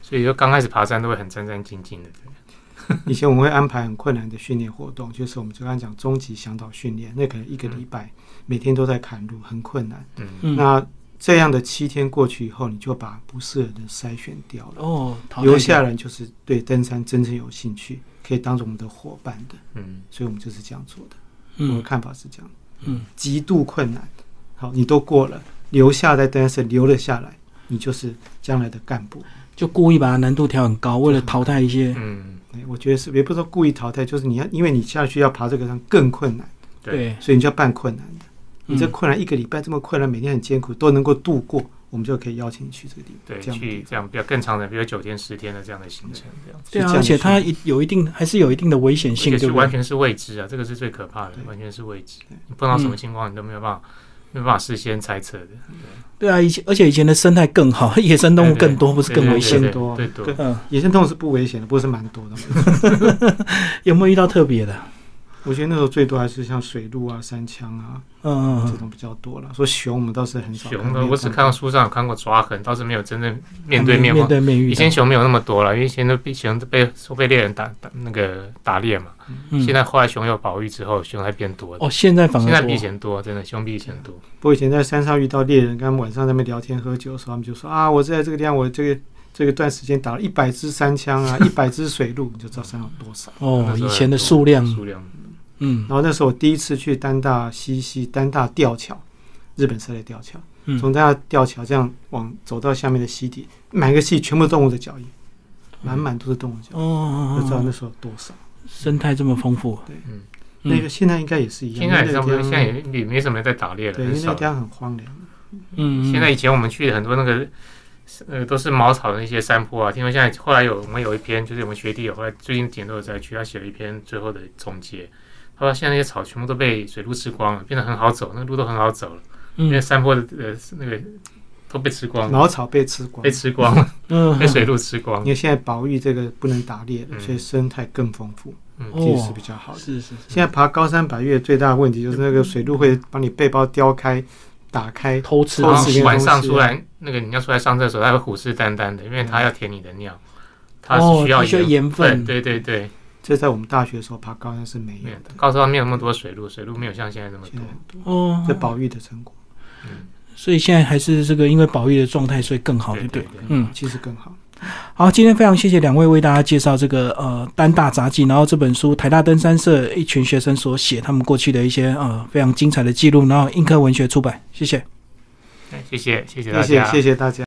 S3: 所以就刚开始爬山都会很战战兢兢的，
S2: 以前我们会安排很困难的训练活动，就是我们就刚才讲终极向导训练，那可能一个礼拜，每天都在砍路，很困难。
S3: 嗯，
S1: 嗯，
S2: 那这样的七天过去以后，你就把不适合的筛选掉了。
S1: 哦，淘汰
S2: 留下人就是对登山真正有兴趣，可以当做我们的伙伴的，
S3: 嗯，
S2: 所以我们就是这样做的。我的
S1: 嗯
S2: 看法是这样，
S1: 嗯，
S2: 极度困难，好，你都过了，留下在登山留了下来，你就是将来的干部。
S1: 就故意把难度调很高，为了淘汰一些。
S3: 嗯，
S2: 哎我觉得是，也不是说故意淘汰，就是你要，因为你下去要爬这个山更困难，
S3: 对
S1: 对，
S2: 所以你就要办困难的。你这
S1: 嗯
S2: 困难一个礼拜这么困难，每天很艰苦，都能够度过，我们就可以邀请你去这个地
S3: 对，
S2: 方，这样的地
S3: 去
S2: 方
S3: 这样比较更长的，比如九天十天的这样的行程，这样，
S1: 对啊，
S2: 去这样的
S1: 而且它
S2: 训
S1: 一有一定还是有一定的危险
S3: 而且
S1: 性，对
S3: 是
S1: 不
S3: 完
S1: 对？
S3: 全是未知啊，这个是最可怕的
S2: 对，
S3: 完全是未知
S2: 对。
S3: 你碰到什么
S1: 嗯
S3: 情况，你都没有办法，没有办法事先猜测的。
S1: 对啊，以前而且以前的生态更好， 野生动物更多，不是更
S3: 对对
S1: 危险？
S2: 更多
S3: 对对对
S1: 嗯，
S2: 野生动物是不危险的，不过是蛮多的。
S1: 有没有遇到特别的？
S2: 我觉得那时候最多还是像水路啊、山枪啊
S1: 嗯
S2: 这
S1: 嗯
S2: 种比较多了。说熊我们倒是很
S1: 啊
S2: 少看，
S3: 熊
S2: 没
S3: 的，
S2: 有
S3: 我只看到
S2: 过
S3: 书上有看过抓痕，倒是没有真正面
S1: 嗯，
S3: 对面
S1: 面
S3: 碰。
S1: 对面遇
S3: 以
S1: 到
S3: 前，熊没有那么多了，因为以前都被熊被都被猎人打打那个打猎嘛。
S1: 嗯
S3: 现在后来熊有保育之后，熊还变多了。
S1: 哦，现在反
S3: 现
S1: 而
S3: 在
S1: 多
S3: 比以前多，真的熊比以前多。
S2: 不过以前在山上遇到猎人，跟他们晚上在那边聊天喝酒的时候，他们就说啊，我在这个地方，我这个这个段时间打了一百支山枪 啊，一百支水鹿，你就知道山上有多少。
S1: 哦
S3: 那，时
S1: 以
S3: 候
S1: 前的
S3: 很多
S1: 数量，
S3: 数量
S1: 嗯
S2: 然后那时候我第一次去丹大西溪丹大吊桥，日本设的吊桥，
S1: 嗯，
S2: 从丹大吊桥这样往走到下面的溪底，满个溪全部动物的脚印，满满都是动物脚
S1: 哦哦
S2: 印，就知道
S1: 哦，
S2: 那
S1: 哦
S2: 时候有多少。
S1: 生态这么丰富，
S3: 嗯，
S1: 嗯
S2: 那个现在应该也是一样，
S3: 现在
S2: 因
S3: 也
S2: 为
S3: 差
S2: 那
S3: 不
S2: 个地
S3: 多，
S2: 方
S3: 现在也也没什么在打猎了，
S2: 对，因
S3: 很
S2: 为那
S3: 少
S2: 个地。方很荒凉。
S1: 嗯，嗯
S3: 现在以前我们去很多那个，呃，都是茅草的一些山坡啊。听说现在后来有我们有一篇，就是我们学弟有后来最近点都有在去，他写了一篇最后的总结。他说现在那些草全部都被水路吃光了，变得很好走，那个路都很好走了，因为
S1: 嗯
S3: 山坡的呃那个都被吃光了，
S2: 茅草被吃光
S3: 被，吃 光了，
S1: 嗯，
S3: 被水路吃光
S2: 因
S3: 了。
S2: 为现在保育这个不能打猎了，
S3: 嗯
S2: 所以生态更丰富，
S1: 哦
S2: 其实是比较好的。
S1: 是是
S2: 现在爬高山百岳最大的问题就是那个水路会把你背包叼开、打开
S1: 是，，偷吃
S3: 然
S2: 偷
S1: 的
S2: 吃
S1: 是
S2: 时间
S3: 后晚上
S2: 东西
S3: 出来，那个你要出来上厕所，他会虎视眈眈的，因为他要舔你的尿，他
S1: 哦
S3: 是需要
S1: 它需要盐分
S3: 对对对，
S2: 这在我们大学的时候爬高山是没有
S3: 没有
S2: 的，，
S3: 高山没有那么多水路，水路没有像现在这么
S2: 现
S3: 多
S2: 在。很多，
S1: 哦，
S2: 这保育的成果
S3: 嗯，
S1: 所以现在还是这个因为保育的状态，所以更好，对不对？
S3: 对。
S1: 嗯，
S2: 其实更好。
S1: 好，今天非常谢谢两位为大家介绍这个呃丹大杂技，然后这本书台大登山社一群学生所写，他们过去的一些呃非常精彩的记录，然后映客文学出版，谢谢。
S3: 哎谢谢，谢谢大
S2: 谢
S3: 家，
S2: 谢谢谢大家。